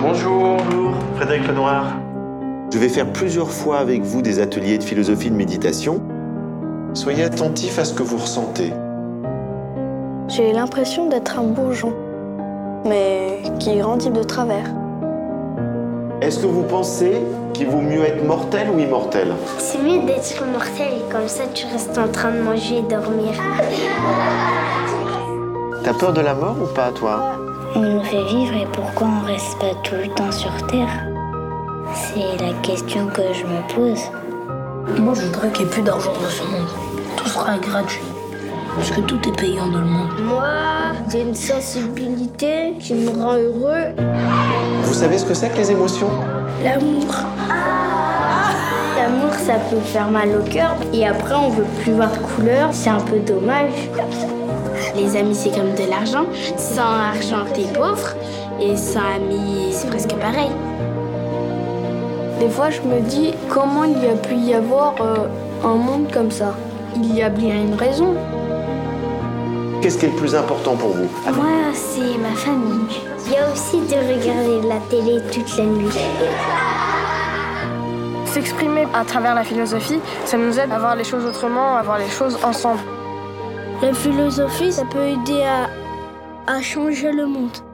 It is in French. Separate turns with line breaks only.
Bonjour. Frédéric Lenoir.
Je vais faire plusieurs fois avec vous des ateliers de philosophie de méditation. Soyez attentif à ce que vous ressentez.
J'ai l'impression d'être un bourgeon, mais qui grandit de travers.
Est-ce que vous pensez qu'il vaut mieux être mortel ou immortel
C'est mieux d'être mortel, comme ça tu restes en train de manger et dormir.
T'as peur de la mort ou pas, toi
On nous fait vivre et pourquoi on reste pas tout le temps sur Terre C'est la question que je me pose.
Moi, je voudrais qu'il n'y ait plus d'argent dans ce monde. Tout sera gratuit. Parce que tout est payant dans le monde.
Moi, j'ai une sensibilité qui me rend heureux.
Vous savez ce que c'est que les émotions
L'amour.
L'amour, ça peut faire mal au cœur. Et après, on veut plus voir de couleur. C'est un peu dommage.
Les amis, c'est comme de l'argent. Sans argent, t'es pauvre. Et sans amis, c'est presque pareil.
Des fois, je me dis comment il y a pu y avoir euh, un monde comme ça. Il y a bien une raison.
Qu'est-ce qui est le plus important pour vous
Moi, c'est ma famille.
Il y a aussi de regarder la télé toute la nuit.
S'exprimer à travers la philosophie, ça nous aide à voir les choses autrement, à voir les choses ensemble.
La philosophie, ça peut aider à, à changer le monde.